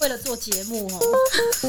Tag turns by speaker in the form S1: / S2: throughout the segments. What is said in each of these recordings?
S1: 为了做节目哦，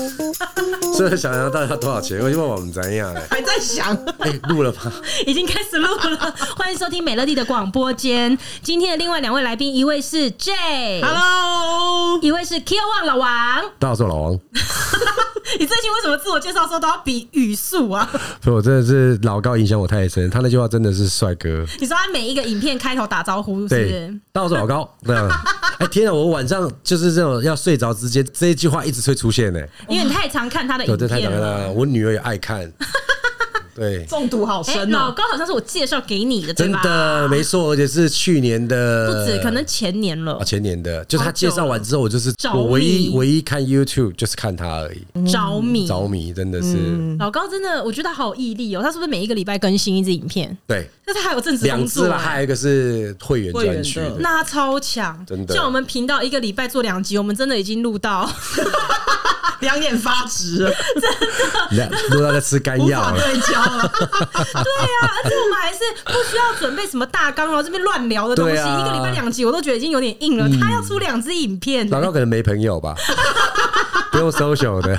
S2: 所以想想到底要多少钱？我就问我们怎样 嘞？
S3: 还在想，
S2: 哎、录了吧？
S1: 已经开始录 了。欢迎收听美乐蒂的广播间。今天的另外两位来宾，一位是 J，
S3: Hello，
S1: 一位是 Q 望老王。
S2: 大寿老王，
S1: 你最近为什么自我介绍的时候都要比语速 啊？
S2: 所以我真的是老高影响我太深，他那句话真的是帅哥。
S1: 你说他每一个影片开头打招呼是不
S2: 对
S1: 是？，
S2: 大寿老高，对 啊。哎、天啊！我晚上就是这种要睡着之间，这一句话一直会出现呢、
S1: 因为你太常看他的
S2: 对，
S1: 影
S2: 这太
S1: 片啊
S2: 难
S1: 了。
S2: 了。啊我女儿也 爱看，对，
S3: 中毒好
S1: 哎、
S3: 深
S1: 老
S3: 哦。
S1: 高好像是我介绍给你的，对
S2: 真
S1: 吧？
S2: 的没错，而且是去年
S1: 不
S2: 的，
S1: 止，可能前年了
S2: 啊。前年的，就是他
S1: 好久
S2: 介
S1: 了
S2: 绍完之后，我就是
S1: 着迷
S2: 我唯一唯一看 YouTube 就是看他而已，
S1: 着迷。嗯
S2: 着迷真的是、
S1: 老高真的，我觉得他好有毅力哦。他是不是每一个礼拜更新一支影片？
S2: 对。
S1: 但是他还有正职
S2: 两
S1: 工
S2: 只
S1: 作
S2: 啦，
S1: 哎、
S2: 还有一个是会员专区
S3: 欸会员的
S2: 的，
S1: 那他超强，
S2: 真的
S1: 像我们频道一个礼拜做两集，我们真的已经录到
S3: 两眼发直了，
S2: 两都在吃肝
S3: 无
S2: 药啊
S3: 法
S2: 了。
S3: 对焦了。
S1: 对啊，而且我们还是不需要准备什么大纲，然后这边乱聊的东西，
S2: 对啊嗯
S1: 一个礼拜两集我都觉得已经有点硬了。他要出两支影片，
S2: 老高可能没朋友 吧，不用 social 的，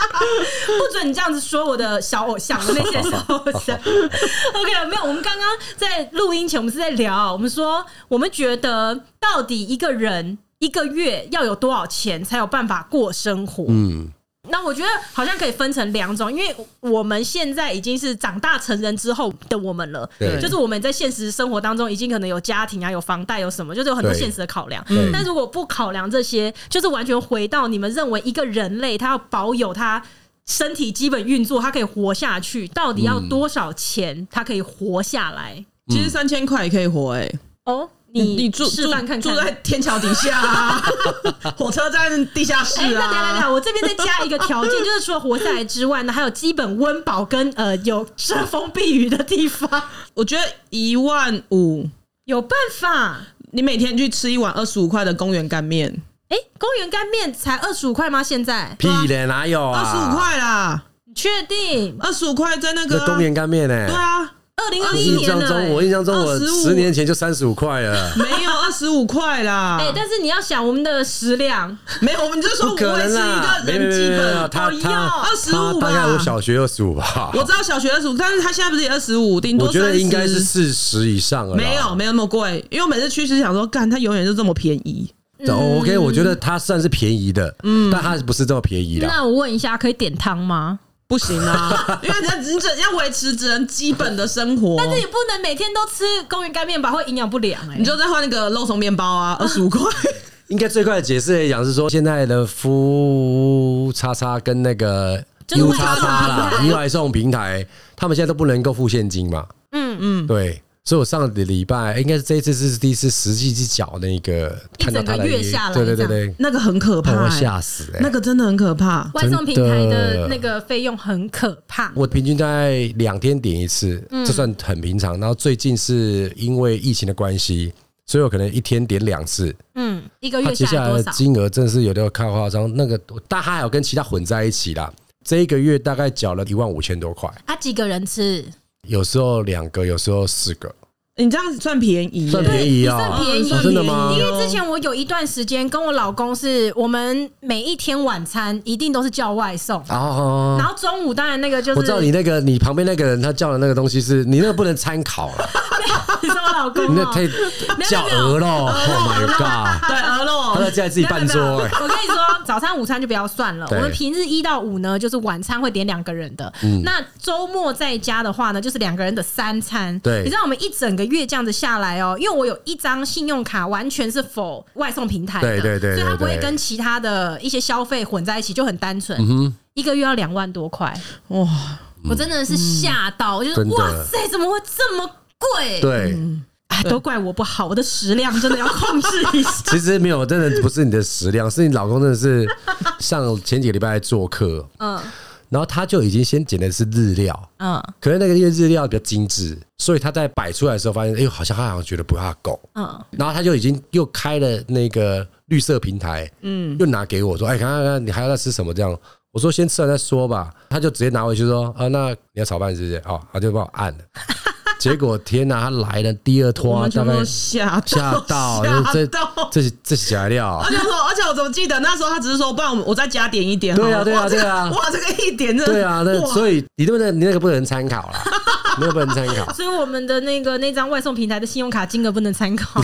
S1: 不准你这样子说我的小偶像，我那些小偶 像。OK，没有，我们刚刚在录音前，我们是在聊，我们说我们觉得到底一个人一个月要有多少钱才有办法过生活？嗯。那我觉得好像可以分成两种，因为我们现在已经是长大成人之后的我们了，
S2: 对
S1: 就是我们在现实生活当中已经可能有家庭啊、有房贷、有什么，就是有很多
S2: 对
S1: 现实的考量。
S2: 对
S1: 但如果不考量这些，就是完全回到你们认为一个人类他要保有他身体基本运作，他可以活下去，到底
S2: 嗯
S1: 要多少钱他可以活下来？
S3: 其实三千块也可以活哎、
S1: 哦，你
S3: 你住
S1: 示
S3: 住
S1: 范看看。
S3: 住在天桥底下、啊，火车站地下
S1: 哎、
S3: 室
S1: 那等一下等一
S3: 啊。
S1: 下，我这边再加一个条件，就是除了活下来之外呢，还有基本温饱跟呃有遮风避雨的地方，
S3: 我觉得一万五，
S1: 有办法。
S3: 你每天去吃一碗二十五块的公园干面，
S1: 哎、公园干面才二十五块吗？现在
S2: 屁嘞，哪有
S3: 二
S2: 啊？
S3: 十五，块啦，
S1: 你确定？
S3: 二十五块在那个、
S2: 那东
S3: 啊、
S2: 源干面呢
S3: 对？啊，
S1: 二零二
S2: 我
S1: 一
S2: 印
S1: 年
S2: 象
S1: 了、
S2: 中，
S1: 哎
S2: 我印象中我
S3: 25
S2: 十年前就三十五块了，
S3: 没有二十五块
S2: 啊
S3: 啦。
S1: 哎、但是你要想我们的食量，
S3: 没有，我们就说
S2: 不
S3: 我
S2: 可
S3: 也
S2: 能
S3: 是
S2: 啦
S3: 一！个
S2: 没没
S3: 人
S2: 没
S3: 基
S2: 没
S3: 本
S2: 有，他
S1: 哦
S2: 他
S1: 要
S2: 他
S3: 25吧
S2: 大概我小学二十五吧，
S3: 啊我知道小学二十五，但是他现在不是也二十五，顶多
S2: 我觉得
S3: 30
S2: 应该是四十以上了啦。
S3: 没有没有那么贵，因为我每次去是想说，干它永远就这么便宜，
S2: 对
S3: 嗯
S2: OK，我觉得它算是便宜的，嗯，但它不是这么便宜啦。
S1: 那我问一下，可以点汤吗？
S2: 哦
S3: 不行 啊，因为你只要维持只能基本的生活，
S1: 但是也不能每天都吃公园干面吧，会营养不良哎、
S3: 你就再换那个肉松面包 啊，二十五块，
S2: 应该最快的解释来讲是说，现在的夫叉叉跟那个
S1: 就是外
S2: U
S1: 送
S2: 叉叉啦
S1: 平， 台
S2: 因外送平台，他们现在都不能够付现金嘛。
S1: 嗯
S2: 嗯，对。所以我上个礼拜应该是这一次是第一次实际去缴那个，
S1: 一
S2: 看到
S1: 整
S2: 他
S1: 个
S2: 的
S1: 月下来
S2: 对对对
S1: 这
S2: 对，
S3: 那个很可
S2: 把
S3: 怕、
S2: 我
S3: 欸
S2: 吓死哎、
S3: 那个真的很可怕。
S1: 外送平台
S2: 真的
S1: 的那个费用很可怕。
S2: 我平均大概两天点一次，这算很平常。然后最近是因为疫情的关系，所以我可能一天点两次。
S1: 嗯，一个
S2: 他
S1: 月
S2: 啊接
S1: 下
S2: 下
S1: 来
S2: 来
S1: 多
S2: 的
S1: 少？
S2: 金额真的是有点看夸张，那个但他还有跟其他混在一起啦。这一个月大概缴了一万五千多块，
S1: 他、几个人吃？
S2: 有时候两个，有时候四个，
S3: 你这样算便宜、
S2: 算
S3: 欸，
S2: 便宜啊、
S1: 算便宜
S2: 哦真的吗
S1: 因
S3: 算便宜？
S1: 为之前我有一段时间跟我老公是，我们每一天晚餐一定都是叫外送，
S2: 哦，
S1: 然后中午当然那个就是
S2: 我知 道你那个你旁边那个人他叫的那个东西是你那个不能参考 了，
S1: 哦你说我老公、
S2: 你那
S1: 哦
S2: 太叫鹅肉，Oh my god！
S3: 欸对，鹅
S2: 他在
S3: 肉，
S2: 家里自己办桌哎，
S1: 我跟你说，早餐、午餐就不要算了。
S2: 对
S1: 我们平日一到五呢，就是晚餐会点两个人的。
S2: 嗯
S1: 那周末在家的话呢，就是两个人的三餐。
S2: 对
S1: 你知道我们一整个月这样子下来哦，因为我有一张信用卡，完全是否外送平台的，
S2: 对对对
S1: 所以它
S2: 对
S1: 不会
S2: 对嗯
S1: 跟其他的一些消费混在一起，就很单纯。一个月要两万多块，
S3: 哇，
S1: 我真的是吓到，我就
S2: 嗯真
S1: 是
S2: 的
S1: 哇塞，怎么会这么贵？
S2: 对。
S1: 哎，都怪我不好，我的食量真的要控制一下。
S2: 其实没有，真的不是你的食量，是你老公真的是上前几个礼拜来做客，
S1: 嗯
S2: 然后他就已经先捡的是日料，
S1: 嗯
S2: 可是那个因为日料比较精致，所以他在摆出来的时候发现，哎、呦，好像他好像觉得不大够，
S1: 嗯，
S2: 然后他就已经又开了那个绿色平台，嗯，又拿给我说，哎、看看看，你还要再吃什么这样。我说先吃完再说吧，他就直接拿回去说，啊，那你要炒饭是不是？哦，他就帮我按了，结果天哪，他来了第二
S3: 我
S2: 拖，大
S3: 们全部
S2: 概
S3: 都吓
S2: 吓
S3: 到
S2: 到，
S3: 吓
S2: 这
S3: 到。
S2: 这这是假料啊
S3: 而！且 我说，而且我怎么记得那时候他只是说，不然我们我再加点一点好了。
S2: 对啊对啊
S3: 哇这个
S2: 对啊
S3: 哇，这个一点真的，
S2: 对啊，那
S3: 哇
S2: 所以你那个你那个不能参考啦，那个不能参考。
S1: 所以我们的那个那张外送平台的信用卡金额不能参 考。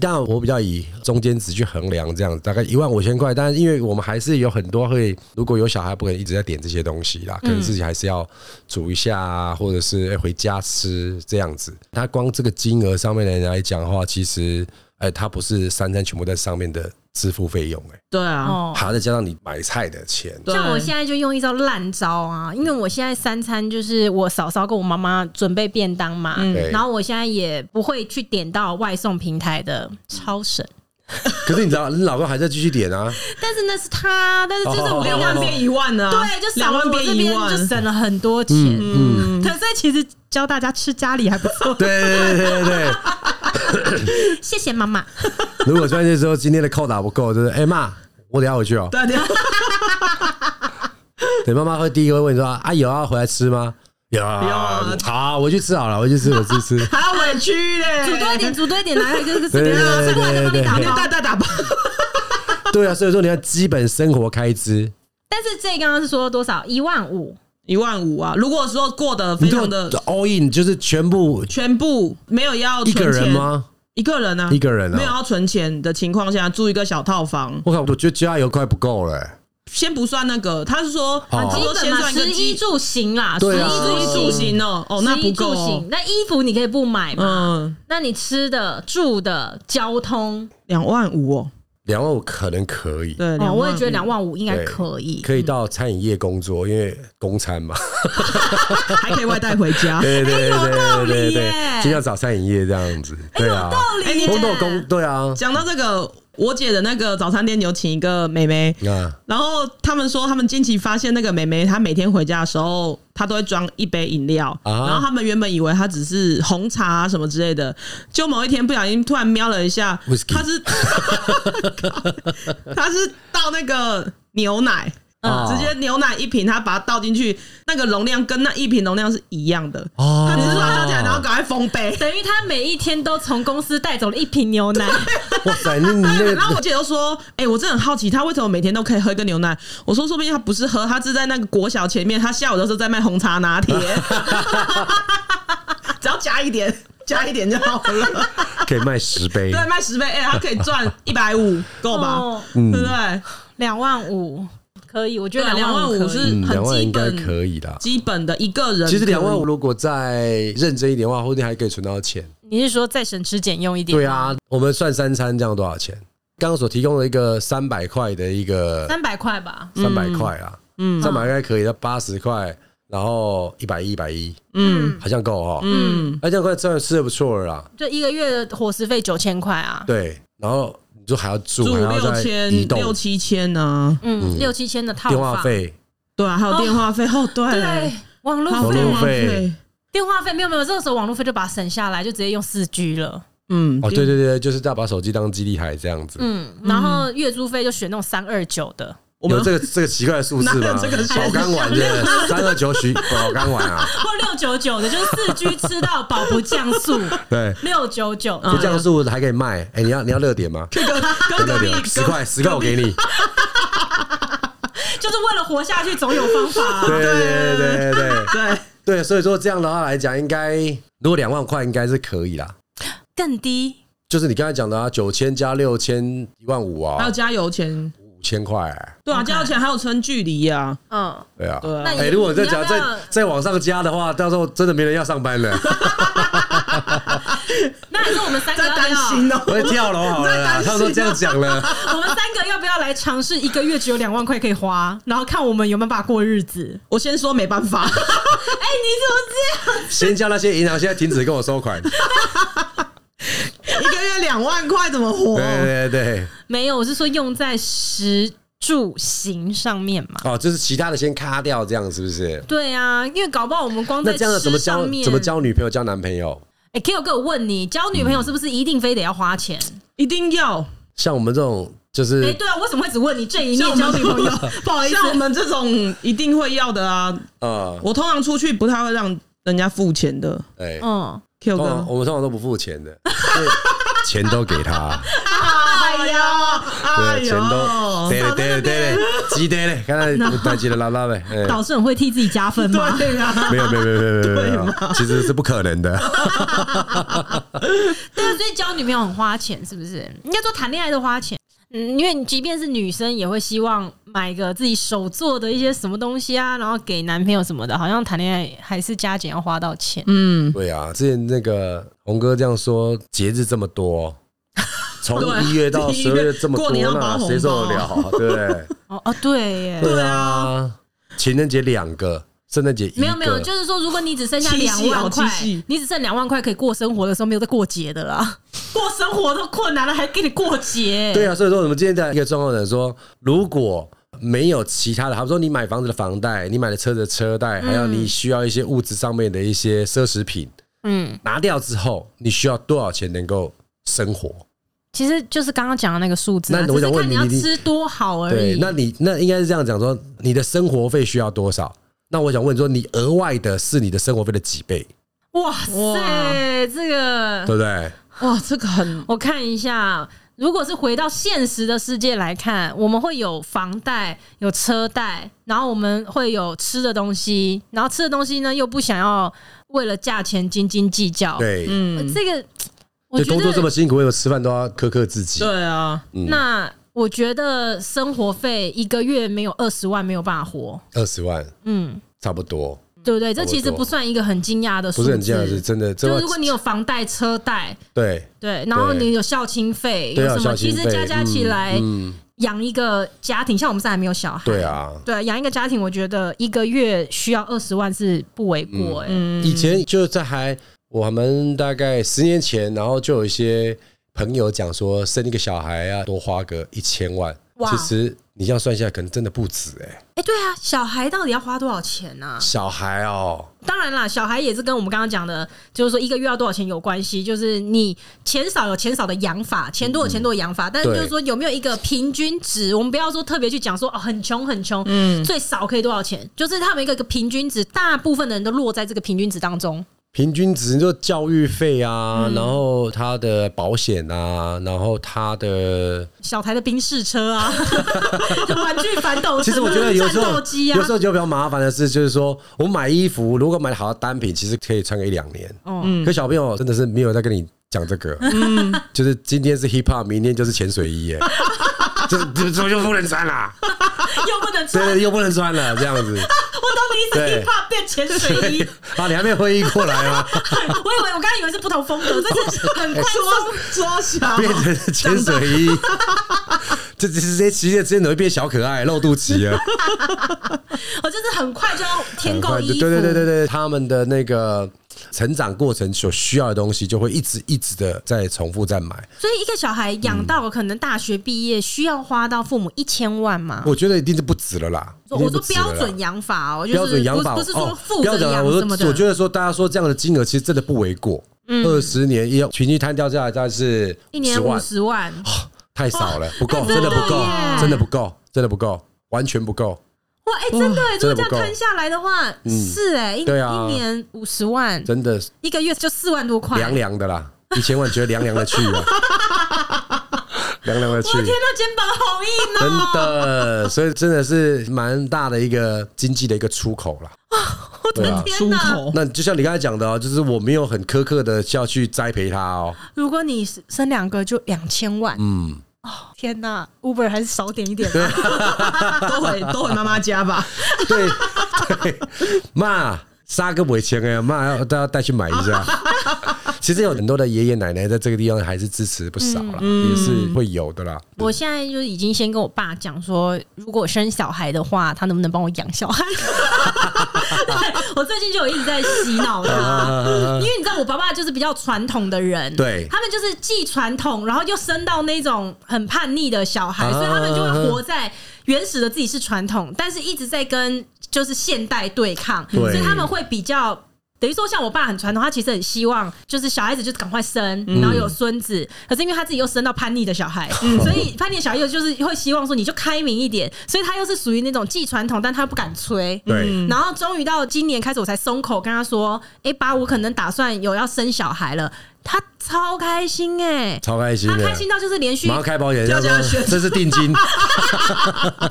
S2: 但我比较以中间值去衡量，这样大概一万五千块。但是因为我们还是有很多会，如果有小孩，不可能一直在点这些东西啦，可能自己还是要煮一下、啊，或者是哎回家吃这样子。他光这个金额上面的人来讲的话，其实哎，它不是三餐全部在上面的支付费用、哎，
S3: 对啊，
S1: 哦，
S2: 还要再加上你买菜的钱。
S3: 对
S1: 像我现在就用一招烂招啊，因为我现在三餐就是我嫂嫂跟我妈妈准备便当嘛，
S2: 对
S1: 然后我现在也不会去点到外送平台的超省，
S2: 可是你知道，你老公还在继续点啊，
S1: 但是那是他，但是就是我
S2: 哦
S1: 跟你
S3: 两万
S1: 讲，
S3: 变一万呢、
S1: 对，就
S3: 两
S1: 少了
S3: 万
S1: 我这
S3: 变一
S1: 边
S3: 万
S1: 就，省了很多钱。可是其实教大家吃家里还不错，
S2: 对对对对对。
S1: 谢谢妈妈。
S2: 如果专业说今天的扣打不够，就是哎、妈，我等一下回去哦、
S3: 对对，
S2: 对，妈妈会第一个会问你说啊，有要回来吃吗？有啊，
S3: 有啊
S2: 好，我去吃好了，我去吃，我去吃。
S3: 还要委屈 嘞，
S1: 煮多一点，煮多一点，来，这个这
S2: 对对
S1: 边啊，
S2: 对
S1: 这过来再帮你
S2: 对
S1: 打
S3: 你
S1: 包
S3: 大。大打包，
S2: 对啊，所以说你看基本生活开支，
S1: 但是这刚刚是说多少？一万五。
S3: 一万五啊！如果说过得非
S2: 你就
S3: 常的
S2: all in 就是全部
S3: 全部没有要
S2: 一个
S3: 存钱
S2: 人？吗？
S3: 一个人啊，
S2: 一个人啊
S3: 没有要存钱的情况下，住一个小套房，
S2: 我靠，我觉得加油快不够了、欸
S3: 先不算那个，他是
S2: 哦
S3: 说，他
S1: 基
S3: 说
S1: 本
S3: 先
S1: 嘛，
S3: 算一个
S1: 食衣
S3: 基
S1: 住行啦，食
S2: 对啊
S1: 衣
S3: 住行哦，哦，那
S1: 食
S3: 不
S1: 衣住
S3: 够哦
S1: 行，，那衣服你可以不买嘛？
S3: 嗯，
S1: 那你吃的、住的、交通，
S3: 两万五哦，
S2: 两万五可能可以，
S3: 对，
S1: 哦，
S3: 2万
S1: 我也觉得
S3: 五
S1: 两万五应该
S2: 对
S1: 可以。
S2: 可以到餐饮业工作，因为公餐嘛。。
S3: 还可以外带回 家
S2: 对对对
S1: 有道
S2: 对
S1: 理
S2: 对
S1: 耶
S2: 对，今天要找餐饮业这样子，对啊，
S1: 道理耶
S2: 工作工对啊，
S3: 讲到这个，我姐的那个早餐店有请一个妹妹，
S2: 啊，
S3: 然后他们说，他们近期发现那个妹妹，她每天回家的时候，她都会装一杯饮料。
S2: 啊
S3: 然后他们原本以为她只是红茶、啊、什么之类的，就某一天不小心突然瞄了一下
S2: Whisky
S3: 她是 她是倒那个牛奶。嗯
S2: 哦
S3: 直接牛奶一瓶，她把它倒进去，那个容量跟那一瓶容量是一样的。
S2: 哦
S3: 她只是说她喝起来，然后赶快封杯。
S1: 等于他每一天都从公司带走了一瓶牛奶，
S2: 哇塞，那你嗯那
S3: 啊对，然后
S2: 个
S3: 我姐就说：“哎、我真的很好奇，她为什么每天都可以喝一个牛奶？”我说：“说不定她不是喝，她是在那个国小前面，她下午的时候在卖红茶拿铁， 只要加一点，加一点就好了。
S2: 可以卖十杯
S3: 对，，卖十杯，哎、她可以赚一百五，够吧？
S1: 哦
S3: 嗯对不对？
S1: 两万五可以，我觉
S3: 对
S1: 得，
S3: 两
S1: 两
S3: 万
S1: 五
S3: 五
S1: 可以。
S3: 是
S2: 嗯，
S3: 很
S2: 两万
S3: 基
S2: 应该
S3: 本、
S2: 可以啦。
S3: 基本的一个人。
S2: 其实两万五，如果再认真一点的话，后天还可以存到钱。
S1: 你是说再省吃俭用一点？
S2: 对，啊，我们算三餐这样多少钱？刚刚所提供的一个三百块的一个
S1: 三百块吧。
S2: 三百块啊，嗯，三百块可以，那八十块，然后一百一百一，
S1: 嗯，
S2: 好像够哦。
S3: 嗯，
S2: 那这样块吃吃的不错了啦，
S1: 就一个月的伙食费九千块啊，
S2: 对。然后你说还要住，
S3: 住
S2: 还要
S3: 六
S2: 再移
S3: 千
S2: 动，
S3: 六七千呢、
S1: 嗯，六七千的套
S2: 电
S1: 房
S2: 话，费，
S3: 对啊，还有电话费。哦，对，
S1: 对，网
S3: 还
S1: 络
S3: 有
S2: 网
S1: 费
S2: 络
S1: 啊
S2: 费，
S1: 电话费没有没有，这个时候网络费就把它省下来，就直接用四 G 了。
S3: 嗯，
S2: 哦，对对对，就是要把手机当基地台这样子。
S1: 嗯，然后月租费就选那种三二九的，
S3: 我
S2: 有
S3: 们
S2: 这个这个奇怪的数字
S3: 哪有
S2: 吗
S3: 这个？数
S2: 保肝丸的三二九许保肝丸啊，
S1: 或哦六九九的，就是四 G 吃到饱不降 速，
S2: 对，
S1: 六九九。
S2: 不降速还可以卖。哎，你要你要热 点吗？
S3: 跟
S2: 热
S3: 隔壁
S2: 点十块十块我给你。
S1: 就是为了活下去，总有方法、啊。
S2: 对对对对对
S3: 对。
S2: 对，所以说这样的话来讲，应该如果两万块应该是可以啦。
S1: 更低，
S2: 就是你刚才讲的啊，九千加六千一万五
S3: 还有
S2: 啊，
S3: 加油钱，
S2: 五千块欸。
S3: 对啊，
S1: OK
S3: 加油钱还有撑距离呀，
S1: 嗯，
S2: 对啊，
S3: 对啊
S1: 那
S2: 哎，
S1: 你
S2: 如果再讲
S1: 你
S2: 再
S1: 要不要
S2: 再往上加的话，到时候真的没人要上班了，
S1: 那还是我们三个
S3: 在
S1: 要不
S3: 担
S1: 要？
S3: 心哦。
S2: 我会跳楼好了啦。他们都这样讲了，
S1: 我们三个要不要来尝试一个月只有两万块可以花，然后看我们有没有办法过日子？
S3: 我先说没办 法，
S1: 哎、你怎么这样？
S2: 先叫那些银行现在停止跟我 收款。
S1: 哦
S3: 一个月两万块怎么活？
S2: 对对对，
S1: 没有，我是说用在食住行上面嘛。
S2: 哦，就是其他的先卡掉，这样是不是？
S1: 对啊，因为搞不好我们光在
S2: 那这样的
S1: 吃
S2: 怎么
S1: 上
S2: 交
S1: 面
S2: 怎么？交女朋友交男朋友？
S1: 哎、k i o 哥，我问你，交女朋友是不是一定非得要花钱？
S3: 一定要
S2: 像我们这种就是
S1: 哎、对啊，为什么会只问你这一
S3: 像
S1: 面
S3: 我们
S1: 交女朋友？ 不好意思
S3: 像，我们这种一定会要的啊。
S2: 呃，
S3: 我通常出去不太会让人家付钱的。
S2: 哎，
S1: 嗯，
S3: Q
S2: 通
S3: 哥
S2: 常，我们通常都不付钱的，因为钱都给他，
S3: 哎呀，
S2: 对，钱都对了对了对了，记得嘞，刚才我带起了拉拉呗， 哎
S1: 导师很会替自己加分吗？
S3: 对啊呀，
S2: 没有没有没有没有没有没有，其实是不可能的。
S1: 对啊，所以交女朋友很花钱，是不是？应该说谈恋爱都花钱。嗯，因为你即便是女生，也会希望买个自己手做的一些什么东西啊，然后给男朋友什么的，好像谈恋爱还是加减要花到钱。
S3: 嗯，
S2: 对啊，之前那个红哥这样说，节日这么多。从
S3: 对
S2: 一月到
S3: 一
S2: 十
S3: 月
S2: 二月这么多，
S3: 过年要包
S2: 那
S3: 红包
S2: 谁受得了？对不对？
S1: 哦哦，对耶，
S2: 对啊，情人节两个，圣诞节一个
S1: 没有没有，就是说，如果你只剩下
S3: 七
S1: 两
S3: 夕
S1: 万
S3: 哦
S1: 块
S3: 七夕，
S1: 你只剩两万块可以过生活的时候，没有在过节的啦，过生活都困难了，还给你过节？
S2: 对啊，所以说我们今天在一个状况来说，如果没有其他的，好比说你买房子的房贷，你买的车的车贷，还有你需要一些物质上面的一些奢侈品，
S1: 嗯，
S2: 拿掉之后，你需要多少钱能够生活？
S1: 其实就是刚刚讲的那个数字、啊，
S2: 那
S1: 只
S2: 我
S1: 是
S2: 想问
S1: 看你
S2: 你
S1: 要
S2: 你
S1: 吃多好而
S2: 对
S1: 已，。
S2: 那你那应该是这样讲说，你的生活费需要多少？那我想问说，你额外的是你的生活费的几倍，
S1: 哇
S3: 哇
S1: 塞，这个
S2: 对不对？
S3: 哇，这个很
S1: 我看一下，如果是回到现实的世界来看，我们会有房贷、有车贷，然后我们会有吃的东西，然后吃的东西呢又不想要为了价钱斤斤计较。，
S2: 对，
S3: 嗯，
S1: 这个哦我
S2: 就
S1: 觉
S2: 工作这么
S1: 得，
S2: 辛苦，为什么吃饭都要苛刻自己？
S3: 对啊，
S2: 嗯
S1: 那我觉得生活费一个月没有二十万没有办法活，
S2: 二十万
S1: 嗯，
S2: 差不多，
S1: 对不对？这
S2: 差不
S1: 其实
S2: 多
S1: 不算一个很惊讶的数
S2: 不
S1: 字，
S2: 是很这样是真的。这
S1: 就如果你有房贷、车贷，
S2: 对
S1: 对，然后
S2: 对
S1: 你有孝亲费，
S2: 对啊
S1: 有什么？
S2: 孝
S1: 其
S2: 亲
S1: 实
S2: 费
S1: 加加起来，
S2: 嗯，
S1: 养一个家庭，像我们现在还没有小孩，
S2: 对啊，
S1: 对啊，养一个家庭，我觉得一个月需要二十万是不为过、欸，
S2: 以前就在还我们大概十年前，然后就有一些朋友讲说，生一个小孩啊，多花个一千万。
S1: 哇
S2: 其实你这样算下来，可能真的不止哎、
S1: 哎、对啊，小孩到底要花多少钱呢、啊？
S2: 小孩哦、
S1: 当然啦，小孩也是跟我们刚刚讲的，就是说一个月要多少钱有关系，就是你钱少有钱少的养法，钱多有钱多的养法，
S2: 嗯
S1: 但是就是说有没有一个平均值，我们不要说特别去讲说哦很穷很穷，最少可以多少钱，就是他们一个一个平均值，大部分的人都落在这个平均值当 中。
S2: 平均值就教育费啊，
S1: 嗯
S2: 然后他的保险啊，然后他的，
S1: 小台的宾士车啊， 玩具反斗车，啊
S2: 其实我觉得有时
S1: 战
S2: 候
S1: 斗机啊
S2: 有时，候就比较麻烦的是，就是说我买衣服，如果买好的单品，其实可以穿个一两年。
S1: 嗯，
S2: 可小朋友真的是没有在跟你讲这个，嗯，就是今天是 hip hop，明天就是潜水衣耶，这这这就不能穿啦，
S1: 啊又不能穿，我
S2: 对，又不能穿了，这样子，
S1: 懂你意思，
S2: 对
S1: 你怕变潜水 衣。
S2: 啊，你还没有会意过来吗？
S1: 我以为我刚刚以为是不同风格，这是
S2: 哦
S1: 很快
S2: 哎
S3: 抓抓小
S2: 变成是潜水衣，这这这其实真的会变小可爱，露肚脐了。
S1: 我哦就是很快就要添
S2: 很
S1: 购
S2: 快
S1: 衣服，
S2: 对对对对对，他们的那个成长过程所需要的东西，就会一直一直的在重复在买。
S1: 所以一个小孩
S2: 嗯
S1: 养到可能大学毕业，需要花到父母一千万嘛？
S2: 我觉得一定是不止了啦，一
S1: 我
S2: 定不
S1: 说
S2: 止了
S1: 标
S2: 啦
S1: 准养法哦，就是
S2: 标准养法
S1: 不是不是说
S2: 哦
S1: 负
S2: 标
S1: 责
S2: 准啊
S1: 养
S2: 我
S1: 什么的，嗯
S2: 说我觉得说大家说这样的金额其实真的不为过，二十年一平均摊掉下来大概是
S1: 一年
S2: 10
S1: 五
S2: 万，哦
S1: 十万，
S2: 太少了，不够，
S1: 哎真
S2: 真
S1: 的
S2: 的不够
S1: 耶，
S2: 真的不够，真的不够，完全不够，
S1: 哇，哎，真的耶，如果
S2: 真的
S1: 这样
S2: 不够嗯
S1: 摊下来的话，是哎，一
S2: 对啊
S1: 一年五十万，
S2: 真的
S1: 一个月就四万多块，
S2: 凉凉的啦，一千万觉得凉凉的去了，凉凉的去
S1: 我。天呐，肩膀好硬
S2: 真
S1: 哦！
S2: 的，所以真的是蛮大的一个经济的一个出口啦。对啊，
S1: 天
S3: 出
S1: 哪！
S3: 口，
S2: 那就像你刚才讲的哦，就是我没有很苛刻的要去栽培他哦。
S1: 如果你生两个就两千万，哦
S2: 嗯，
S1: 天哪！Uber 还是少点 一点吧。
S3: 都回都回妈妈家吧。
S2: 对对， 妈，杀个尾钱哎，妈要都要带去买一 下。其实有很多的爷爷奶奶在这个地方还是支持不少啦，
S1: 嗯
S2: 也是会有的啦。
S1: 我现在就已经先跟我爸讲说，如果生小孩的话，他能不能帮我养小孩？ 对我最近就有一直在洗脑
S2: 啊
S1: 他，因为你知道我爸爸就是比较传统的人，
S2: 对
S1: 他们就是既传统，然后又生到那种很叛逆的小孩，
S2: 啊
S1: 所以他们就会活在原始的自己是传统，但是一直在跟就是现代对抗，
S2: 对
S1: 所以他们会比较。等于说像我爸很传统，他其实很希望就是小孩子就是赶快生，
S2: 嗯
S1: 然后有孙子。可是因为他自己又生到叛逆的小孩，所以叛逆的小孩又就是会希望说你就开明一点，所以他又是属于那种既传统，但他又不敢吹。嗯
S2: 对，
S1: 然后终于到今年开始，我才松口跟他说：“哎、爸，我可能打算有要生小孩了。”他超开心哎、
S2: 超开心
S1: 他
S2: 的
S1: 开，心到就是连续
S2: 马上开保险，
S3: 叫
S2: 他
S3: 他
S2: 说
S3: 选
S2: 这是 定金，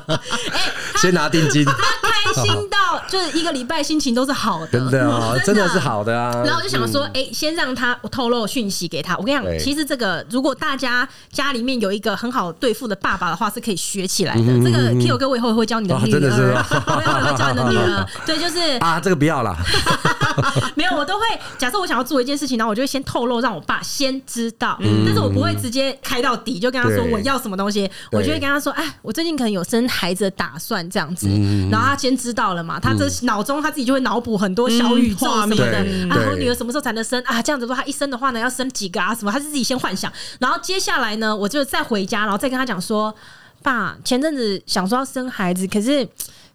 S1: 哎
S2: 先拿定金，
S1: 他开心到就是一个礼拜心情都是好哦的，
S2: 真的啊，真的是。好的啊。
S1: 然后我就想说，哎、先让他我透露讯息给他。我跟你
S2: 对
S1: 讲，其实这个如果大家家里面有一个很好对付的爸爸的话，是可以学起
S2: 嗯
S1: 来的。这个 Kyo 哥我以后会教你的
S2: 哦
S1: 女儿，
S2: 真的是吗
S1: 我以后会教你的女儿。对，就是
S2: 啊，这个 不要啦，
S1: 没有，我都会假设我想要做一件事情，然后我就会先透露，让我爸先知道，但是我不会直接开到底，就跟他说
S2: 嗯对
S1: 我要什么东西，我就会跟他说，哎，我最近可能有生孩子的打算这
S2: 嗯
S1: 样子，然后他先知道了嘛，他这脑中他自己就会脑补很多小宇宙什么的
S2: 嗯画面
S1: 啊，我
S2: 对
S1: 女儿什么时候才能生啊？这样子的话，她一生的话呢，要生几个啊？什么？他是自己先幻想，然后接下来呢，我就再回家，然后再跟他讲说，爸，前阵子想说要生孩子，可是。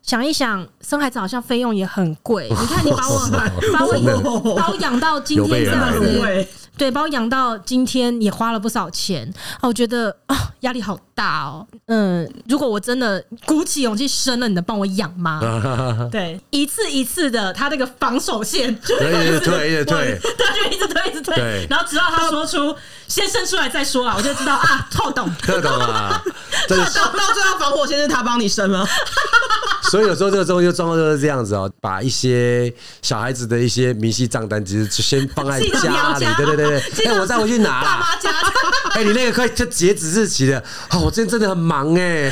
S1: 想一想，生孩子好像费用也很 贵。你看，你把我把我把我养到今
S2: 有备
S1: 天这
S2: 而来
S1: 样
S3: 很
S1: 子，
S3: 会
S1: 对，把我养到今天也花了不少钱啊，我觉得啊压力好大哦。嗯，如果我真的鼓起勇气生了，你能帮我养吗？
S2: 啊
S1: 对，一次一次的，他那个防守 线就
S2: 对对对对对，
S1: 他就一直推，一直
S2: 对
S1: 推，然后直到他说出“先生出来再说啊”，我就知道啊， 透懂。
S2: 特懂啊，这个
S3: 哎到到最后防火线是他帮你生吗？
S2: 所以有时候这个东西状况就是这样子哦，把一些小孩子的一些明细账单，其实就先放在
S1: 寄到
S2: 家
S1: 娘
S2: 里
S1: 家，
S2: 对对 对
S1: 寄
S2: 对，
S1: 到
S2: 哎，我再回去拿
S1: 爸
S2: 啦。
S1: 妈家，
S2: 哎，你那个快就截止日期了，哦，我最近真的很忙 哎。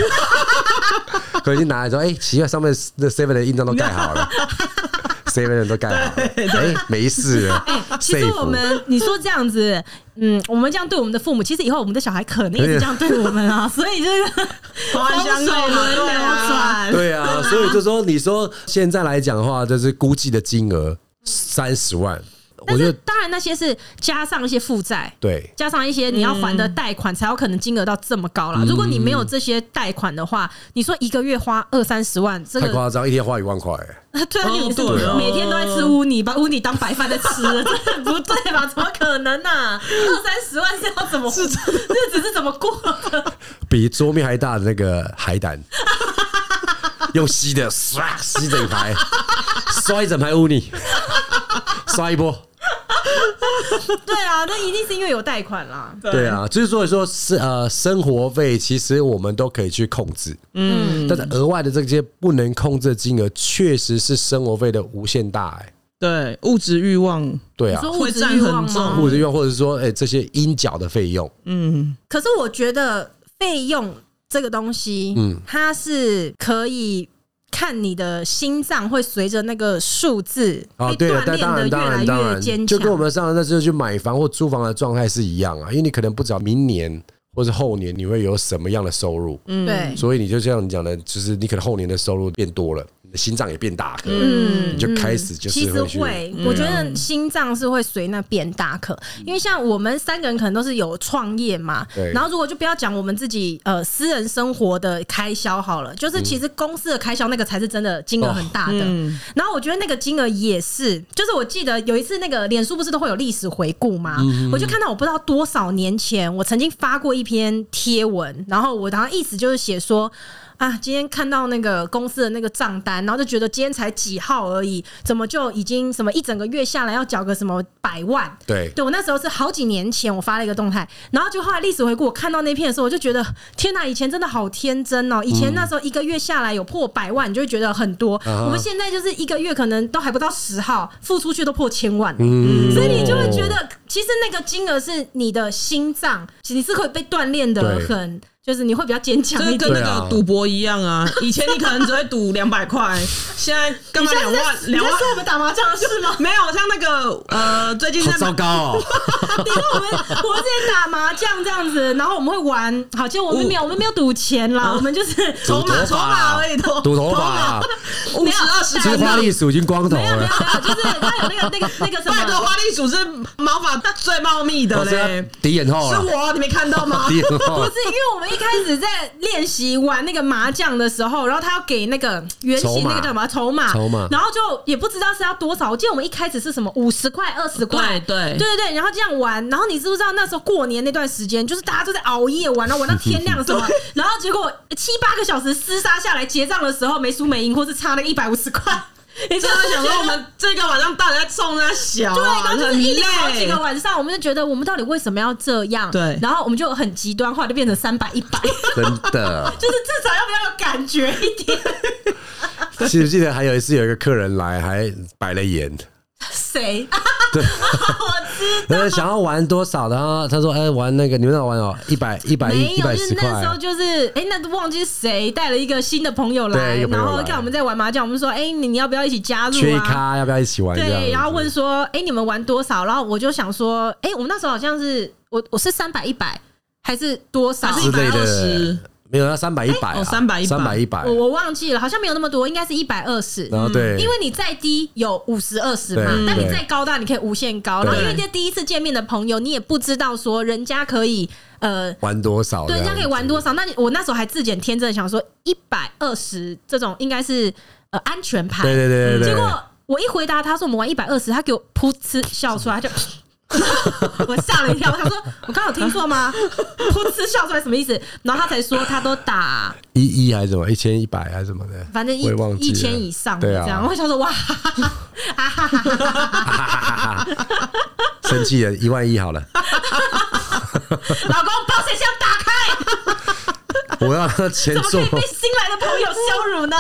S2: 可能就拿来说，哎，奇怪，上面那 seven 的印章都盖好 了，seven 的都盖好了，哎，没事了
S1: 哎，其实
S2: safe
S1: 我们你说这样子，嗯，我们这样对我们的父母，其实以后我们的小孩可能也是这样对我们 啊，所以就是
S3: 环相
S1: 风
S3: 扣
S1: 水
S3: 嘛
S1: 轮流
S3: 对啊
S1: 转。
S2: 对 啊，所以就说，你说现在来讲的话，就是估计的金额三十万，我
S1: 但
S2: 觉
S1: 是
S2: 得
S1: 当然那些是加上一些负债。
S2: 对。
S1: 加上一些你要还的贷款，才有可能金额到这么高啦。
S2: 嗯
S1: 如果你没有这些贷款的话，你说一个月花二三十万，这
S2: 太
S1: 个
S2: 夸张，一天花一万块、哎
S1: 对啊，
S3: 哦
S1: 你是
S3: 对哦
S1: 每天都在吃污泥，把污泥当白饭在吃，这不对吧？怎么可能呢、啊？二三十万是要怎么日子是怎么过的？
S2: 比桌面还大的那个海胆，用吸的唰吸整排，刷一整排污泥，刷一波。
S1: 对啊，那一定是因为有贷款啦。
S2: 对，啊，就是所以说是呃，生活费其实我们都可以去控制，嗯，但是额外的这些不能控制的金额，确实是生活费的无限大、哎，
S3: 对，物质欲望
S2: 对
S1: 你
S2: 啊
S1: 说，物
S3: 会
S1: 质
S3: 占
S1: 欲望
S3: 很
S1: 吗
S3: 重？
S2: 或者用或者说，哎、这些应缴的费用，
S1: 可是我觉得费用这个东西，嗯，它是可以。看你的心脏会随着那个数字
S2: 啊，
S1: 被
S2: 对了，
S1: 锻
S2: 但
S1: 炼
S2: 当
S1: 的
S2: 然，当然，
S1: 越
S2: 当
S1: 来越
S2: 然，
S1: 坚强，
S2: 就跟我们上那时候去买房或租房的状态是一样啊，因为你可能不知道明年或是后年你会有什么样的收入，
S1: 对，
S2: 所以你就像你讲的，就是你可能后年的收入变多了，你的心脏也变大颗，
S1: 嗯
S2: 你就开始就是
S1: 其实
S2: 去嗯
S1: 会，我觉得心脏是会随那变大可，因为像我们三个人可能都是有创业嘛
S2: 对，
S1: 然后如果就不要讲我们自己呃私人生活的开销好了，就是其实公司的开销那个才是真的金额很大的，然后我觉得那个金额也是，就是我记得有一次那个脸书不是都会有历史回顾嘛，我就看到我不知道多少年前我曾经发过一篇贴文，然后我当时意思就是写说。啊，今天看到那个公司的那个账单，然后就觉得今天才几号而已，怎么就已经什么一整个月下来要缴个什么百万？
S2: 对
S1: 对我那时候是好几年前，我发了一个动态，然后就后来历史回顾，我看到那篇的时候，我就觉得天哪，以前真的好天真哦！以前那时候一个月下来有破百万，你就会觉得很多。
S3: 嗯
S2: 啊
S1: 我们现在就是一个月可能都还不到十号，付出去都破千万，嗯
S3: 嗯
S2: 嗯
S1: 所以你就会
S2: 哦
S1: 觉得，其实那个金额是你的心脏，你是可以被锻炼的
S2: 对
S1: 很。就是你会比较坚强
S3: 这
S1: 一
S3: 个
S1: 点
S3: 跟，那
S2: 对啊
S3: 个赌博一样 啊！以前你可能只会赌两百块，现在干嘛啊
S1: 你
S3: 两
S1: 现在
S3: 万
S1: 是在
S3: 两万
S1: 你在？说我们打麻将是 吗？
S3: 没有，像那个呃，最近
S2: 好
S3: 在
S2: 糟糕哦，
S1: 你说我们我们之前打麻将这样子，然后我们会玩，好，其实我们没有，我们没有赌钱啦，
S3: 嗯
S1: 我们就是
S2: 赌头
S1: 筹码
S2: 发啊
S1: 而已，头
S2: 赌头 发，啊
S3: 五十二十
S2: 其实
S3: 分
S2: 花
S3: 的。
S2: 栗鼠已经光头
S1: 没有没有没有，
S2: 了，
S1: 就是他有那个那个那个什
S3: 拜托，
S1: 么。
S3: 花栗鼠是毛发最茂密的
S2: 我是要
S3: 嘞，
S2: 敌眼后
S3: 是
S2: 了，哦
S3: 我，你没看到吗？
S2: 敌眼后
S1: 不
S2: 了
S3: 哦
S1: 是，因为我们一一开始在练习玩那个麻将的时候，然后他要给那个圆
S2: 筹
S1: 形
S2: 码
S1: 那个叫什么筹码，
S2: 筹码
S1: 然后就也不知道是要多少。我记得我们一开始是什么五十块、二十块，对
S3: 对对
S1: 对对，然后这样玩。然后你知不知道那时候过年那段时间，就是大家都在熬夜玩，然后玩到天亮什 么，然后结果七八个小时厮杀下来，结账的时候没输没赢，或是差那一百五十块。 你
S3: 真的想说我们这个晚上到底在冲他小
S1: 对，
S3: 啊，
S1: 然后就是
S3: 很
S1: 一连好几
S3: 累
S1: 个。晚上，我们就觉得我们到底为什么要这样？
S3: 对
S1: 然后我们就很极端化，就变成三百一 百，就
S2: 真 的。
S1: 是至少要不要有感觉一点？
S2: 记不记得还有一次有一个客人来还摆了眼，
S1: 谁？ 我知
S2: 然后哎想要玩多少的，然后他说：“哎、玩那个你们要玩哦，一百一百一
S1: 没
S2: 一
S1: 有，
S2: 百
S1: 就是
S2: 十
S1: 那时候
S2: 块。
S1: 就是，哎、那都忘记谁带了一个新的朋友来，
S2: 对一个朋
S1: 然
S2: 友
S1: 后
S2: 来
S1: 看我们在玩麻将，我们说，哎、你你要不要一起加”入
S2: 缺一
S1: 啊？
S2: 咖要不要一起玩？这样
S1: 对，
S2: 子
S1: 然后问说，哎、你们玩多少？然后我就想说，哎、我们那时候好像是我我是三百一百还是多少？
S3: 还是
S2: 之类
S3: 120
S2: 的，没有要三百一百，啊
S1: 哎
S3: 哦300 100
S2: 三百一百
S1: 我。我忘记了，好像没有那么多，应该是一百二十。
S2: 然后对，
S1: 因为你再低有五十二十嘛，
S2: 对
S1: 那你
S2: 对
S1: 再高大你可以无限高。
S2: 对
S1: 然后因为这第一次见面的朋友，你也不知道说人家可以呃，
S2: 玩多少？
S1: 对，人家可以玩多
S2: 少？
S1: 少。那你我那时候还自简天真的想说一百二十这种应该是呃安全牌，
S2: 对对对对对。
S1: 结果我一回答他说我们玩一百二十，他给我噗嗤笑出来，他就。 我吓了一跳，他说：“我刚有听错 吗？噗嗤笑出来什么意思？”然后他才说他都打
S2: 一一还是什么，一千一百还是什么的，
S1: 反正一
S2: 我也忘记
S1: 一
S2: 了
S1: 千以上的
S2: 对
S1: 这样，
S2: 啊
S1: 我，想说哇，哈哈哈啊哈哈哈哈
S2: 生气了， 一万一好了，
S1: 老公保险箱打开，
S2: 我要让钱
S1: 怎么可
S2: 做
S1: 以，被新来的朋友羞辱呢？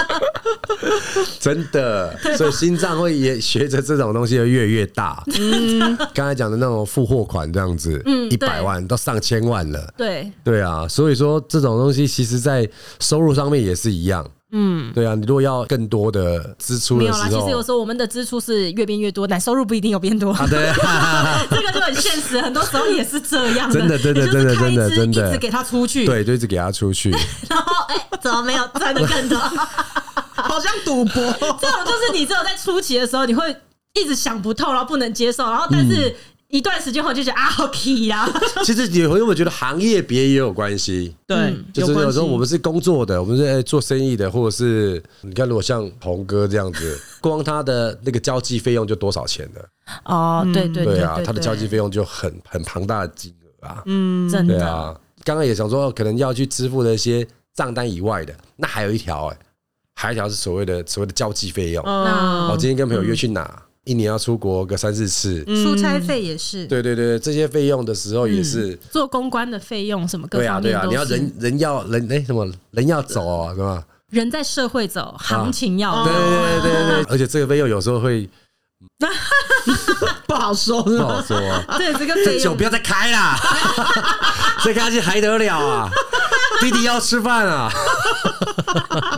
S2: 真的， 所以心脏会也学着这种东西会越来越大。刚才讲的那种付货款这样子，
S1: 嗯
S2: 一
S1: 对
S2: 百万到上千万了。
S1: 对，
S2: 对啊，所以说这种东西其实，在收入上面也是一样。嗯，对啊，你如果要更多的支出
S1: 没
S2: 的
S1: 有
S2: 时
S1: 啦。其实有
S2: 候，
S1: 时候我们的支出是越变越多，但收入不一定有变 多。
S2: 啊，对啊，
S1: 这个就很现实，很多时候也是这样
S2: 真的真的
S1: 你就是
S2: 真的
S1: 开支
S2: 真的真的
S1: 一直给他出 去，
S2: 对，就一直给他 出去。
S1: 然后哎，怎么没有赚的更 多？
S3: 好像赌博，
S1: 这种就是你只有在初期的时候，你会一直想不透，然后不能接受，然后但
S2: 嗯
S1: 是一段时间后就觉得啊，好 key 呀，
S2: 其实也会，我觉得行业别也有关系。
S3: 对，
S2: 嗯就是
S3: 关
S2: 有时候
S3: 系
S2: 我们是工作的，我们是哎做生意的，或者是你看，如果像红哥这样子， 光他的那个交际费用就多少钱呢？
S1: 哦，对对
S2: 对啊，他的交际费用就很很庞大的金额啊。
S1: 真
S2: 对啊，刚刚也想说，可能要去支付的一些账单以外的，那还有一条哎、还有一条是所谓的所谓的交际费用。
S1: 嗯
S3: 嗯
S1: 那
S2: 哦，今天跟朋友约去
S1: 嗯
S2: 哪，一年要出国个三四次。
S1: 出差费也是，
S2: 对对对，这些费用的时候也是。
S1: 做公关的费用什么嗯各
S2: 对啊，
S1: 方
S2: 对
S1: 面
S2: 啊，
S1: 都
S2: 你要
S1: 是。
S2: 人人要人哎、什么人要走哦，是吧？
S1: 人在社会走，行情要
S3: 啊
S2: 对对对对对， 而且这个费用有时候会
S3: 不好说，
S2: 不好说、啊
S1: 对这个费
S2: 酒
S1: 用
S2: 不。要再 开啦，再开下去还得了啊？弟弟要吃饭啊！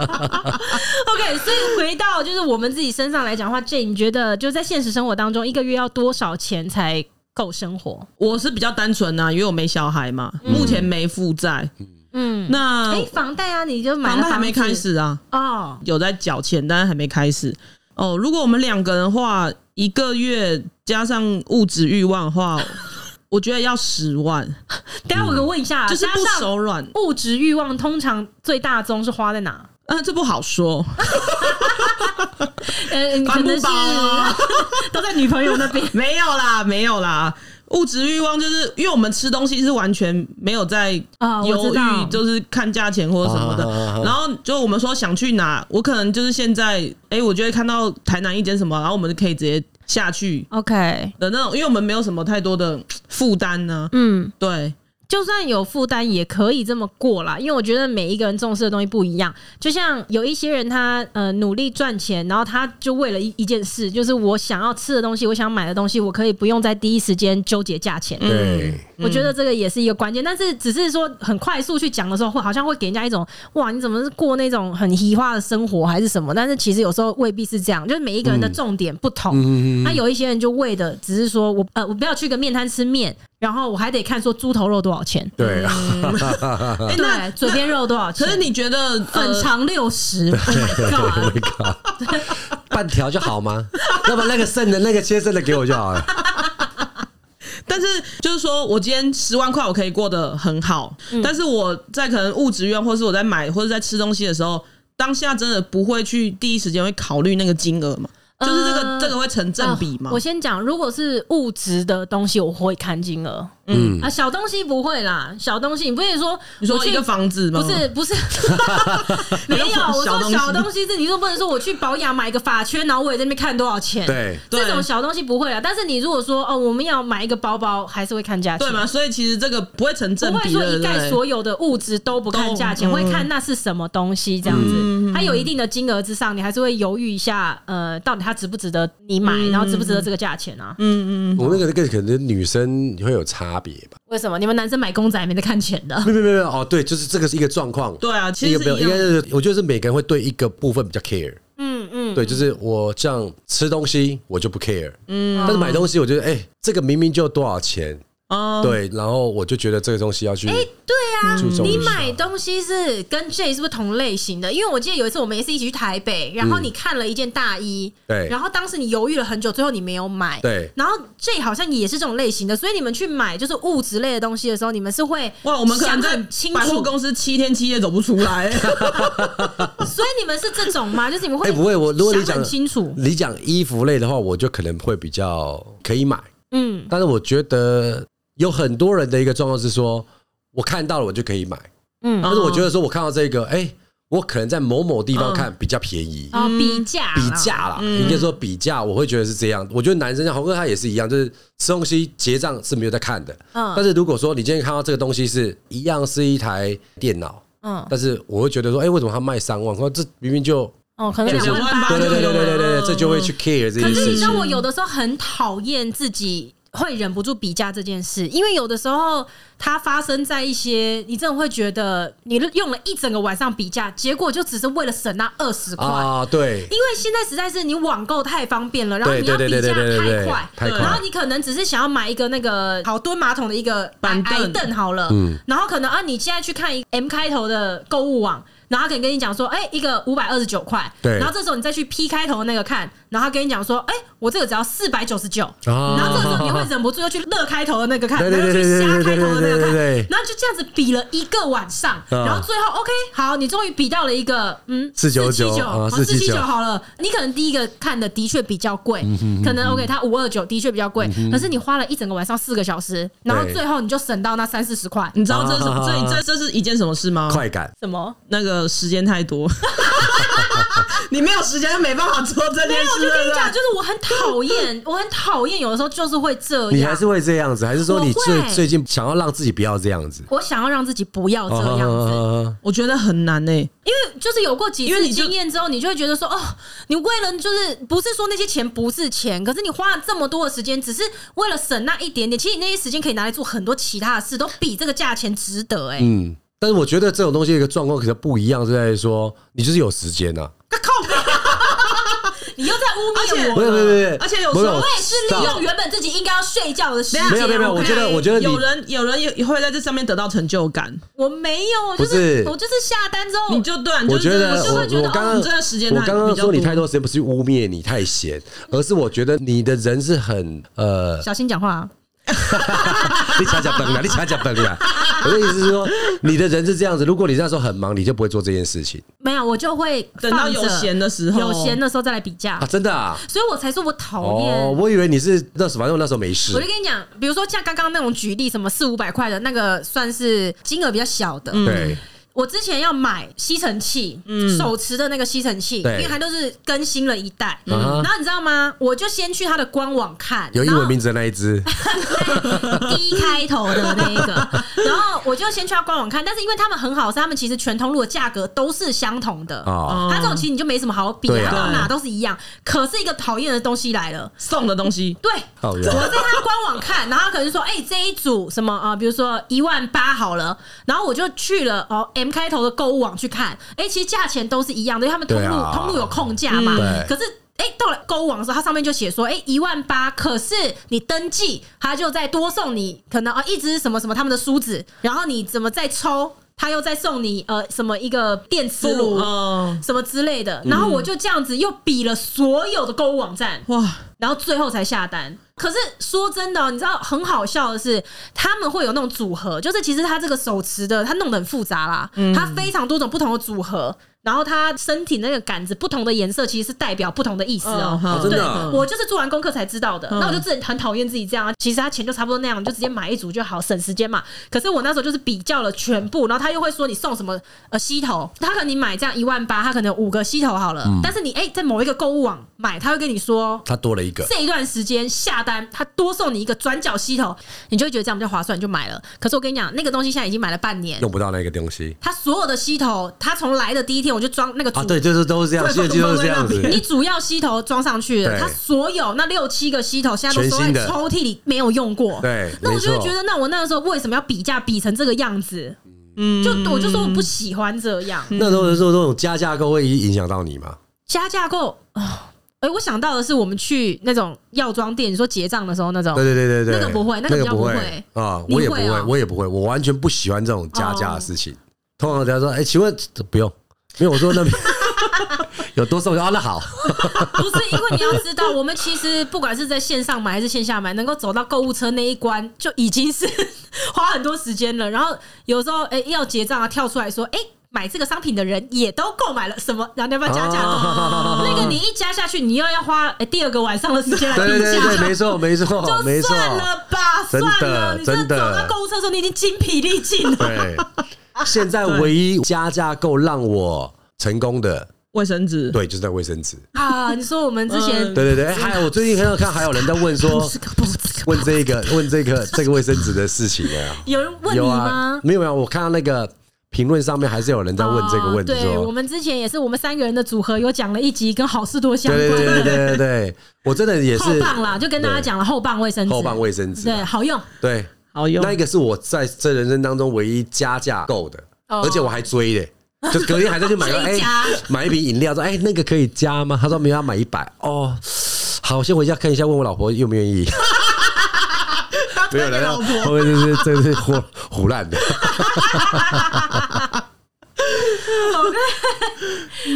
S1: OK，所以回到就是我们自己身上来讲的话，J，你觉得就在现实生活当中，一个月要多少钱才够生活？
S3: 我是比较单纯啊，因为我没小孩嘛，目前没负债。
S1: 嗯，
S3: 那
S1: 哎，房贷啊，你就买
S3: 房
S1: 了
S3: 贷还没
S1: 房子
S3: 开始啊，
S1: 哦，
S3: 有在缴钱，但是还没开始。哦，如果我们两个人的话，一个月加上物质欲望的 话，我觉得要十万，
S1: 等一下我给我问一下，啊
S3: 就是
S1: 加
S3: 不
S1: 上
S3: 手软。
S1: 物质欲望，通常最大宗是花在哪？
S3: 啊，这不好说。
S1: 呃，可
S3: 帆布
S1: 能是
S3: 包啊
S1: 都在女朋友 那边。
S3: 没有啦，没有啦。物质欲望就是因为我们吃东西是完全没有在
S1: 啊我
S3: 犹
S1: 知道
S3: 豫，就是看价钱或者什么的
S2: 啊啊啊啊。
S3: 然后就我们说想去哪，我可能就是现在，哎、我就会看到台南一间什么，然后我们可以直接下去
S1: OK，
S3: 的那种，因为我们没有什么太多的负担呢。
S1: 嗯，
S3: 对，
S1: 就算有负担，也可以这么过啦。因为我觉得每一个人重视的东西不一样。就像有一些人他，呃努力赚钱，然后他就为了一一件事，就是我想要吃的东西，我想买的东西，我可以不用在第一时间纠结价钱。
S2: 对，
S1: 我觉得这个也是一个关键，但是只是说很快速去讲的时候，会好像会给人家一种哇，你怎么是过那种很移化的生活还是什么？但是其实有时候未必是这样，就是每一个人的重点不同。那、有一些人就为的只是说我呃，我不要去个面摊吃面，然后我还得看说猪头肉多少钱，
S2: 对啊，
S1: 嗯
S3: 哎、
S1: 对，
S3: 那
S1: 嘴边肉多少钱？
S3: 可是你觉 得
S1: 粉
S3: 呃
S1: 肠六十，Oh my god！
S2: 半条就好吗？要不然那个剩的那个切剩的给我就好了。
S3: 但是就是说我今天十万块我可以过得很好，但是我在可能物质愿，或是我在买或者在吃东西的时候，当下真的不会去第一时间会考虑那个金额嘛？就是这个、
S1: 呃
S3: 这个会成正比嘛？
S1: 啊我先讲，如果是物质的东西，我会看金额、
S2: 嗯，
S1: 啊，小东西不会啦，小东西你不是说
S3: 你说
S1: 我去
S3: 一个房子吗？
S1: 不是 不是，没有，我说
S3: 小东西
S1: 小东西是你说不能说我去保养买一个发圈，然后我也在那边看多少钱，，
S2: 对，
S3: 对
S1: 这种小东西不会啊。但是你如果说哦，我们要买一个包包，还是会看价钱，
S3: 对嘛？？所以其实这个不会成正
S1: 不会
S3: 比
S1: 说
S3: 的，
S1: 一概
S3: 对
S1: 所有的物质都不看价钱，
S3: 都嗯嗯
S1: 会看那是什么东西这样子。它有一定的金额之上，你还是会犹豫一下，呃，到底它值不值得你买，
S3: 嗯
S1: 然后值不值得这个价钱啊？
S2: 我那个那个可能女生会有差别吧？
S1: 为什么你们男生买公仔没得看钱的？
S2: 没有没有没有哦，对，就是这个是一个状况，
S3: 对啊，其
S2: 一
S3: 实
S2: 个没有，
S3: 是一
S2: 应该
S3: 样
S2: 是我觉得是每个人会对一个部分比较 care。
S1: 嗯嗯，
S2: 对，就是我像吃东西，我就不 care，嗯，但是买东西，我觉得哎、这个明明就多少钱，
S3: 哦。
S2: 对，然后我就觉得这个东西要去，
S1: 对啊
S2: 嗯注，重一
S1: 你
S2: 下
S1: 买东西是跟 J 是不是同类型的？因为我记得有一次我们也是一起去台北，然后你看了一件大衣，
S2: 嗯对
S1: 然后当时你犹豫了很久，最后你没有买，
S2: 对
S1: 然后 J 好像也是这种类型的，所以你们去买就是物质类的东西的时候，你们是会
S3: 哇，我们可能
S1: 想
S3: 在
S1: 很清
S3: 百货
S1: 楚，
S3: 公司七天七夜走不出 来，
S1: 所以你们是这种吗？就是你们
S2: 哎、
S1: 会
S2: 不会，我如果你
S1: 想
S2: 讲
S1: 很清楚，
S2: 你讲衣服类的话，我就可能会比较可以买，
S1: 嗯
S2: 但是我觉得有很多人的一个状况是说，我看到了我就可以买，
S1: 嗯，
S2: 但是我觉得说我看到这个，哎、我可能在某某地方看比较便宜，
S1: 然后
S3: 嗯
S1: 比价
S2: 比
S1: 啦
S2: 价啦，
S1: 嗯
S2: 应该说比价，我会觉得是这样。我觉得男生像红哥他也是一样，就是吃东西结账是没有在看的。
S1: 嗯
S2: 但是如果说你今天看到这个东西是一样是一台电脑，
S1: 嗯
S2: 但是我会觉得说，哎，为什么他卖三万块？这明明就
S1: 哦，可能
S3: 对
S1: 两万八
S2: 对
S3: 就
S2: 对
S3: 有
S2: 对对对对
S3: 了
S2: 对，这就会去 care 这
S1: 可
S2: 件
S1: 是你
S2: 事
S1: 知道，我
S2: 情。
S1: 有的时候很讨厌自己会忍不住比价这件事，因为有的时候它发生在一些你真的会觉得你用了一整个晚上比价，结果就只是为了省那二十块。
S2: 啊，对
S1: 因为现在实在是你网购太方便了，然后
S2: 对
S1: 你要
S2: 对
S1: 比
S2: 对对
S1: 价
S2: 对对
S1: 太
S2: 对
S1: 快，
S2: 太快
S1: 然后你可能只是想要买一个那个好蹲马桶的一个
S3: 板
S1: 矮
S3: 凳
S1: 凳好了，
S2: 嗯
S1: 然后可能啊，你现在去看一 M 开头的购物网，然后他可能跟你讲说，哎、一个五百二十九块，
S2: 对
S1: 然后这时候你再去 P 开头的那个看，然后他跟你讲说，哎、我这个只要四百九十九。然后这时候你会
S2: 啊，
S1: 忍不住又去乐开头的那个看，
S2: 对
S1: 然
S2: 对
S1: 后去
S2: 对
S1: 瞎
S2: 对对
S1: 开头的那个
S2: 对对对
S1: 看
S2: 对对，
S1: 然后就这样子比了一个晚上，
S2: 嗯
S1: 然后最后 OK 好，你终于比到了一个嗯
S2: 499
S1: 好
S2: 啊
S1: 四七九
S2: 499
S1: 好了，你可能第一个看的的确比较贵，
S2: 嗯
S1: 可能 OK 它五二九的确比较贵，可是你花了一整个晚上四个小时，然后
S2: 对
S1: 最后你就省到那三四十块，
S3: 你知道这是什么
S2: 啊
S3: 这这这是一件什么事
S1: 嗯
S3: 吗？
S2: 快感。
S1: 什么？
S3: 那个时间 太多，你没有时间就没办法做这
S1: 没
S3: 件
S1: 有，我
S3: 事，
S1: 就跟
S3: 对
S1: 你
S3: 不
S1: 讲，
S3: 对？
S1: 就是我很讨厌，我很讨厌，有的时候就是会这
S2: 你
S1: 样
S2: 还。是会这样子，还是说你最
S1: 我会
S2: 最近想要让自己不要这样子？
S1: 我想要让自己不要这样子，
S2: 啊
S3: 我觉得很难呢、
S1: 因为就是有过几
S3: 因为
S1: 次
S3: 你就
S1: 经验之后，你就会觉得说，哦，你为了就是不是说那些钱不是钱，可是你花了这么多的时间，只是为了省那一点点，其实你那些时间可以拿来做很多其他的事，都比这个价钱值得、欸。哎、
S2: 嗯，但是我觉得这种东西有一个状况可能不一样，是在于说你就是有时间呐、啊，
S1: 你又在污蔑我
S2: 不是
S1: 了。
S2: 不是不是，
S3: 而且有时
S2: 没
S3: 候
S1: 我也是利用原本自己应该要睡觉的时间。
S2: 没有没有没有，我觉
S1: 哎
S2: 得我觉得你
S3: 有人有人也会在这上面得到成就感，
S1: 我没有，我就
S2: 不
S1: 是
S2: 是
S1: 我就是下单之后，
S3: 你就对啊，你
S2: 我
S3: 就
S2: 觉得
S3: 是
S1: 哦我就会觉得
S2: 我刚
S1: 哦
S2: 刚
S3: 你真的时间太
S2: 我刚刚
S3: 比较
S2: 说你
S3: 多
S2: 太多时间不是污蔑你太闲，而是我觉得你的人是很呃，
S1: 小心讲话、啊。
S2: 你掐掐崩了，你掐掐崩了。我的意思是说，你的人是这样子，如果你那时候很忙，你就不会做这件事情
S1: 没有，我就会
S3: 等到
S1: 放
S3: 有
S1: 着
S3: 闲的时候，
S1: 有闲的时候再来比价
S2: 啊，，真的啊。
S1: 所以我才说我讨厌。
S2: 哦，我以为你是那时候，反正我那时候没事
S1: 我就。跟你讲，比如说像刚刚那种举例，什么四五百块的那个，算是金额比较小的。
S2: 对，
S1: 我之前要买吸尘器，手持的那个吸尘器，因
S2: 对
S1: 为它都是更新了一代。
S2: 嗯哼
S1: 然后你知道吗？我就先去它的官网看，
S2: 有英
S1: 然后
S2: 文名字的那一只，
S1: 第一开头的那一个，然后我就先去他官网看，但是因为他们很好，是他们其实全通路的价格都是相同的
S2: 哦
S1: 它这种其实你就没什么好比
S2: 对
S1: 啊，
S2: 啊
S1: 到哪都是一样。可是一个讨厌的东西来了，
S3: 送的东西，
S1: 对，
S2: 好
S1: 我
S2: 呀
S1: 在他官网看，然后他可能说，哎、这一组什么啊、呃比如说一万八好了，然后我就去了哦 M 开头的购物网去看，哎、其实价钱都是一样的，因为他们通路、
S2: 对啊
S1: 通路有控价嘛，
S2: 嗯
S1: 可是。哎、到了购物网的时候，它上面就写说，哎、一万八，可是你登记，它就再多送你可能啊、一支什么什么他们的梳子，然后你怎么再抽，它又再送你呃什么一个电磁炉
S3: 嗯、
S1: 什么之类的，然后我就这样子又比了所有的购物网站，
S3: 哇，
S1: 然后最后才下单。可是说真的哦、你知道很好笑的是，他们会有那种组合，就是其实他这个手持的，他弄得很复杂啦，它非常多种不同的组合，然后它身体那个杆子不同的颜色其实是代表不同的意思哦、
S3: 嗯哦
S2: 真
S1: 对
S2: 的啊，
S1: 我就是做完功课才知道的。
S3: 嗯
S1: 那我就自己很讨厌自己这样啊。其实他钱就差不多那样，你就直接买一组就好，省时间嘛。可是我那时候就是比较了全部，然后他又会说你送什么呃吸头，他可能你买这样一万八，他可能有五个吸头好了，但是你哎、在某一个购物网买，他会跟你说。
S2: 他多了一个，
S1: 这一段时间下单，他多送你一个转角吸头，你就会觉得这样比较划算，你就买了。可是我跟你讲，那个东西现在已经买了半年，
S2: 用不到那个东西
S1: 他所有的吸头，他从来的第一天我就装那个组
S2: 啊，对，就是都是这样，
S3: 对
S2: 现在就是这样
S3: 放在那边
S2: 子
S1: 你。主要吸头装上去了，
S2: 哦对
S1: 它所有那六七个吸头现在都收
S2: 全
S1: 在
S2: 新的
S1: 抽屉里，没有用过。
S2: 对
S1: 那我就会
S2: 没错
S1: 觉得，那我那个时候为什么要比价比成这个样子？
S3: 嗯，
S1: 就我就说我不喜欢这样
S2: 那如果说这种加价购会影响到你吗？
S1: 加价购啊。哎，我想到的是我们去那种药妆店，你说结账的时候那种
S2: 对，对对对对，
S1: 哦那个不会那个比
S2: 那个
S1: 较
S2: 不
S1: 不
S2: 会
S1: 会
S2: 啊，
S1: 你
S2: 我也不
S1: 会
S2: 会
S1: 哦，
S2: 我也不会，我完全不喜欢这种加价的事情。通常人家说，哎，请问不用，没有，我说 那边有多送啊，那好，
S1: 不是因为你要知道，我们其实不管是在线上买还是线下买，能够走到购物车那一关，就已经是 花很多时间了。然后有时候哎、要结账啊，跳出来说哎。买这个商品的人也都购买了什么？然后你要不要加价？
S2: 啊
S1: 那个你一加下去，你又要花、哎第二个晚上的时间来
S2: 对对
S1: 定
S2: 对
S1: 价，
S2: 对，没错没错没
S1: 就
S2: 错，
S1: 算了吧，
S2: 真
S1: 算
S2: 的
S1: 了。你这
S2: 真的
S1: 走到购物车的时候，你已经精疲力尽了。
S2: 对。现在唯一加价购让我成功的，
S3: 卫生纸，
S2: 对，就是那卫生纸。
S1: 啊！你说我们之前
S3: 嗯
S2: 对对对，哎还有我最近看到看还有人在问说，问这个问这个这个卫生纸的事情啊。
S1: 有人 问你
S2: 有
S1: 吗
S2: 啊？，没有没有，我看到那个评论上面还是有人在问这个问题
S1: 哦对，我
S2: 说，
S1: 们之前也是我们三个人的组合有讲了一集跟好事多相
S2: 对
S1: 关
S2: 对对对
S1: 的
S2: 对对对，我真的也是
S1: 后棒啦，就跟大家讲了后棒卫生纸，
S2: 后棒卫生纸啊
S1: 对，好用
S2: 对，
S3: 好用
S2: 那一个是我在这人生当中唯一加价购的，
S1: 哦
S2: 而且我还追的。就隔天还在去买个哎、
S1: 追加
S2: 买一瓶饮料说哎、那个可以加吗？他说没有，要买一百哦。好，我先回家看一下，问我老婆愿不愿意。没有人要，后面就是这个是胡胡乱的。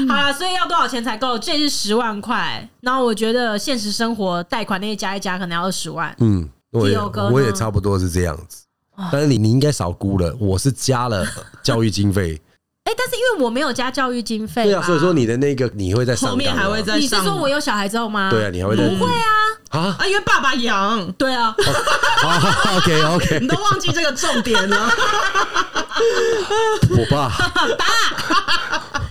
S1: 好啦，所以要多少钱才够？这是十万块，然后我觉得现实生活贷款那些加一加可能要二十万，
S2: 嗯，我也
S1: 第二个呢
S2: 我也差不多是这样子。但是你你应该少估了，我是加了教育经费，
S1: 哎，但是因为我没有加教育经费，
S2: 对啊，所以说。你的那个你会在上
S3: 后面
S2: 纲啊
S3: 还会再
S1: 你是
S3: 上
S1: 说我有小孩之后吗？
S2: 对啊，你还会在不会啊啊哦
S3: 啊，因为爸爸养，
S1: 对啊，
S2: ，OK OK，
S3: 你都忘记这个重点了。
S2: 我爸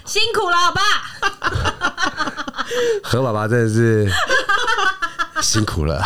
S1: 辛苦了，爸。
S2: 何爸爸真的是辛苦了，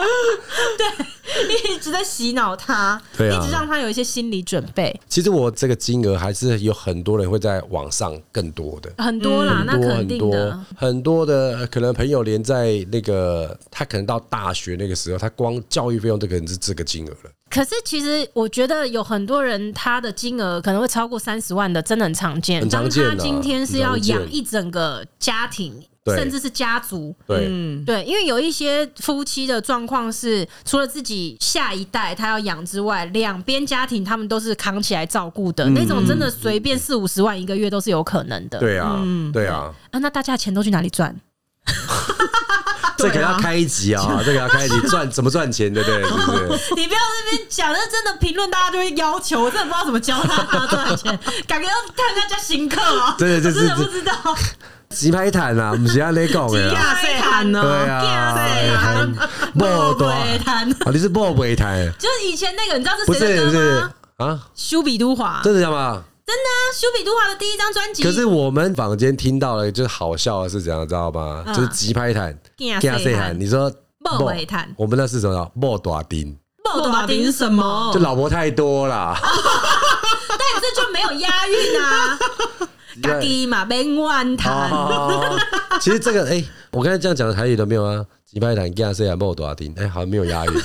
S1: 一直在洗脑他，
S2: 对啊
S1: 一直让他有一些心理准备，
S2: 其实我这个金额还是有很多人会在网上更多的。
S1: 很多啦，那
S2: 嗯很多
S1: 肯
S2: 很
S1: 定的
S2: 多。很多的可能朋友连在那个他可能到大学那个时候，他光教育费用都可能是这个金额了。
S1: 可是其实我觉得有很多人他的金额可能会超过三十万的，真的很常见。
S2: 很常见啊
S1: 当他今天是要
S2: 很常见
S1: 养一整个家庭，
S2: 对
S1: 甚至是家族。嗯
S2: 对，
S3: 嗯
S1: 对，因为有一些夫妻的状况是，除了自己下一代他要养之外，两边家庭他们都是扛起来照顾
S2: 嗯
S1: 的，那种真的随便四五十万一个月都是有可能的。
S2: 对啊，对啊，
S1: 啊，那大家的钱都去哪里赚？
S2: 这个
S3: 对啊
S2: 要开一集啊，这个要开一集赚怎么赚钱的，对，是不是？
S1: 你不要在那边讲，那真的评论大家就会要求，我真的不知道怎么教他他赚钱，感觉要看人家行客哦、
S2: 对对对
S1: 我 真的
S2: 对
S1: 不知道。
S2: 鸡排坦啊，不是安尼讲的啊，
S3: 亚瑟喊呢？
S2: 对啊，
S1: 啊
S2: 莫多
S1: 北谈，
S2: 啊，你是莫北谈，
S1: 就是以前那个，你知道
S2: 不
S1: 是
S2: 是
S1: 谁的
S2: 不
S1: 歌
S2: 是
S1: 吗？
S2: 啊，
S1: 修比都华，
S2: 真的假吗？
S1: 真的啊，修比都华的第一张专辑。
S2: 可是我们坊间听到了，就是好笑的是怎样，知道吗？
S1: 嗯
S2: 就是鸡排坦，
S1: 惊死
S2: 惊死
S1: 喊
S2: 你说
S1: 莫北谈
S2: 我们那是什么？莫多
S1: 哦
S2: 丁，
S1: 莫
S3: 莫
S1: 大
S3: 打
S1: 丁
S3: 丁是
S1: 是
S3: 什？么
S2: 就？老婆太多
S1: 啊
S2: 啦。
S1: 但这就没有押韵 啊。
S2: 对
S1: 家己嘛，免怨叹。
S2: 哦，其实这个哎、我刚才这样讲的台语都没有啊，击败弹亚瑟亚莫多丁，哎、好像没有 押韵。对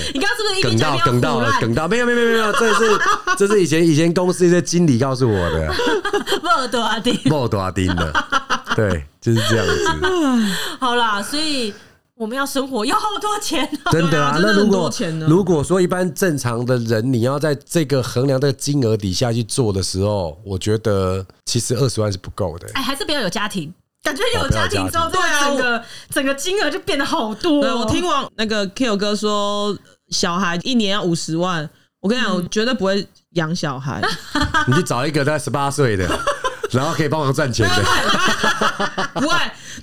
S1: 啊你刚刚是不是一边
S2: 梗
S1: 讲
S2: 到
S1: 一边
S2: 梗
S1: 胡
S2: 到了
S1: 乱
S2: 梗到，没有没有没有没有，这是这是以前以前公司一些经理告诉我的，
S1: 莫大丁？
S2: 莫多丁的，对，就是这样子，
S1: 好啦，所以我们要生活要好多钱啊。
S2: 真的啊。
S3: 对啊真的
S2: 那
S3: 很
S2: 如
S3: 多
S2: 果
S3: 钱呢
S2: 如果说一般正常的人，你要在这个衡量这个金额底下去做的时候，我觉得其实二十万是不够的。
S1: 哎，还是不要有家庭。感觉有家庭之后，
S2: 哦
S1: 这个
S3: 不要
S1: 整
S3: 有家庭
S1: 个整个金额就变得好多哦。
S3: 对我听完那个 Kill 哥说，小孩一年要五十万，我跟你讲，
S1: 嗯
S3: 我绝对不会养 小孩。
S2: 你去找一个在十八岁的， 然后可以帮忙赚钱的，
S3: 不会，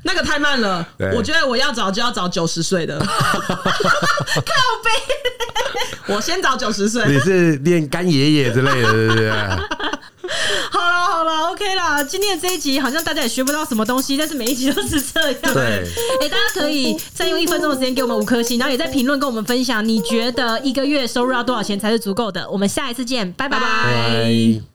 S3: 那个太慢了
S2: 对。
S3: 我觉得我要找就要找九十岁 的，靠背。我先找九十岁
S2: 你，是练干爷爷之类的，对不对？
S1: 好了好了，OK 啦。今天的这一集好像大家也学不到什么东西，但是每一集都是这样。
S2: 对
S1: 哎、大家可以再用一分钟的时间给我们五颗星，然后也在评论跟我们分享，你觉得一个月收入要多少钱才是足够的？我们下一次见，拜
S3: 拜拜
S2: 拜。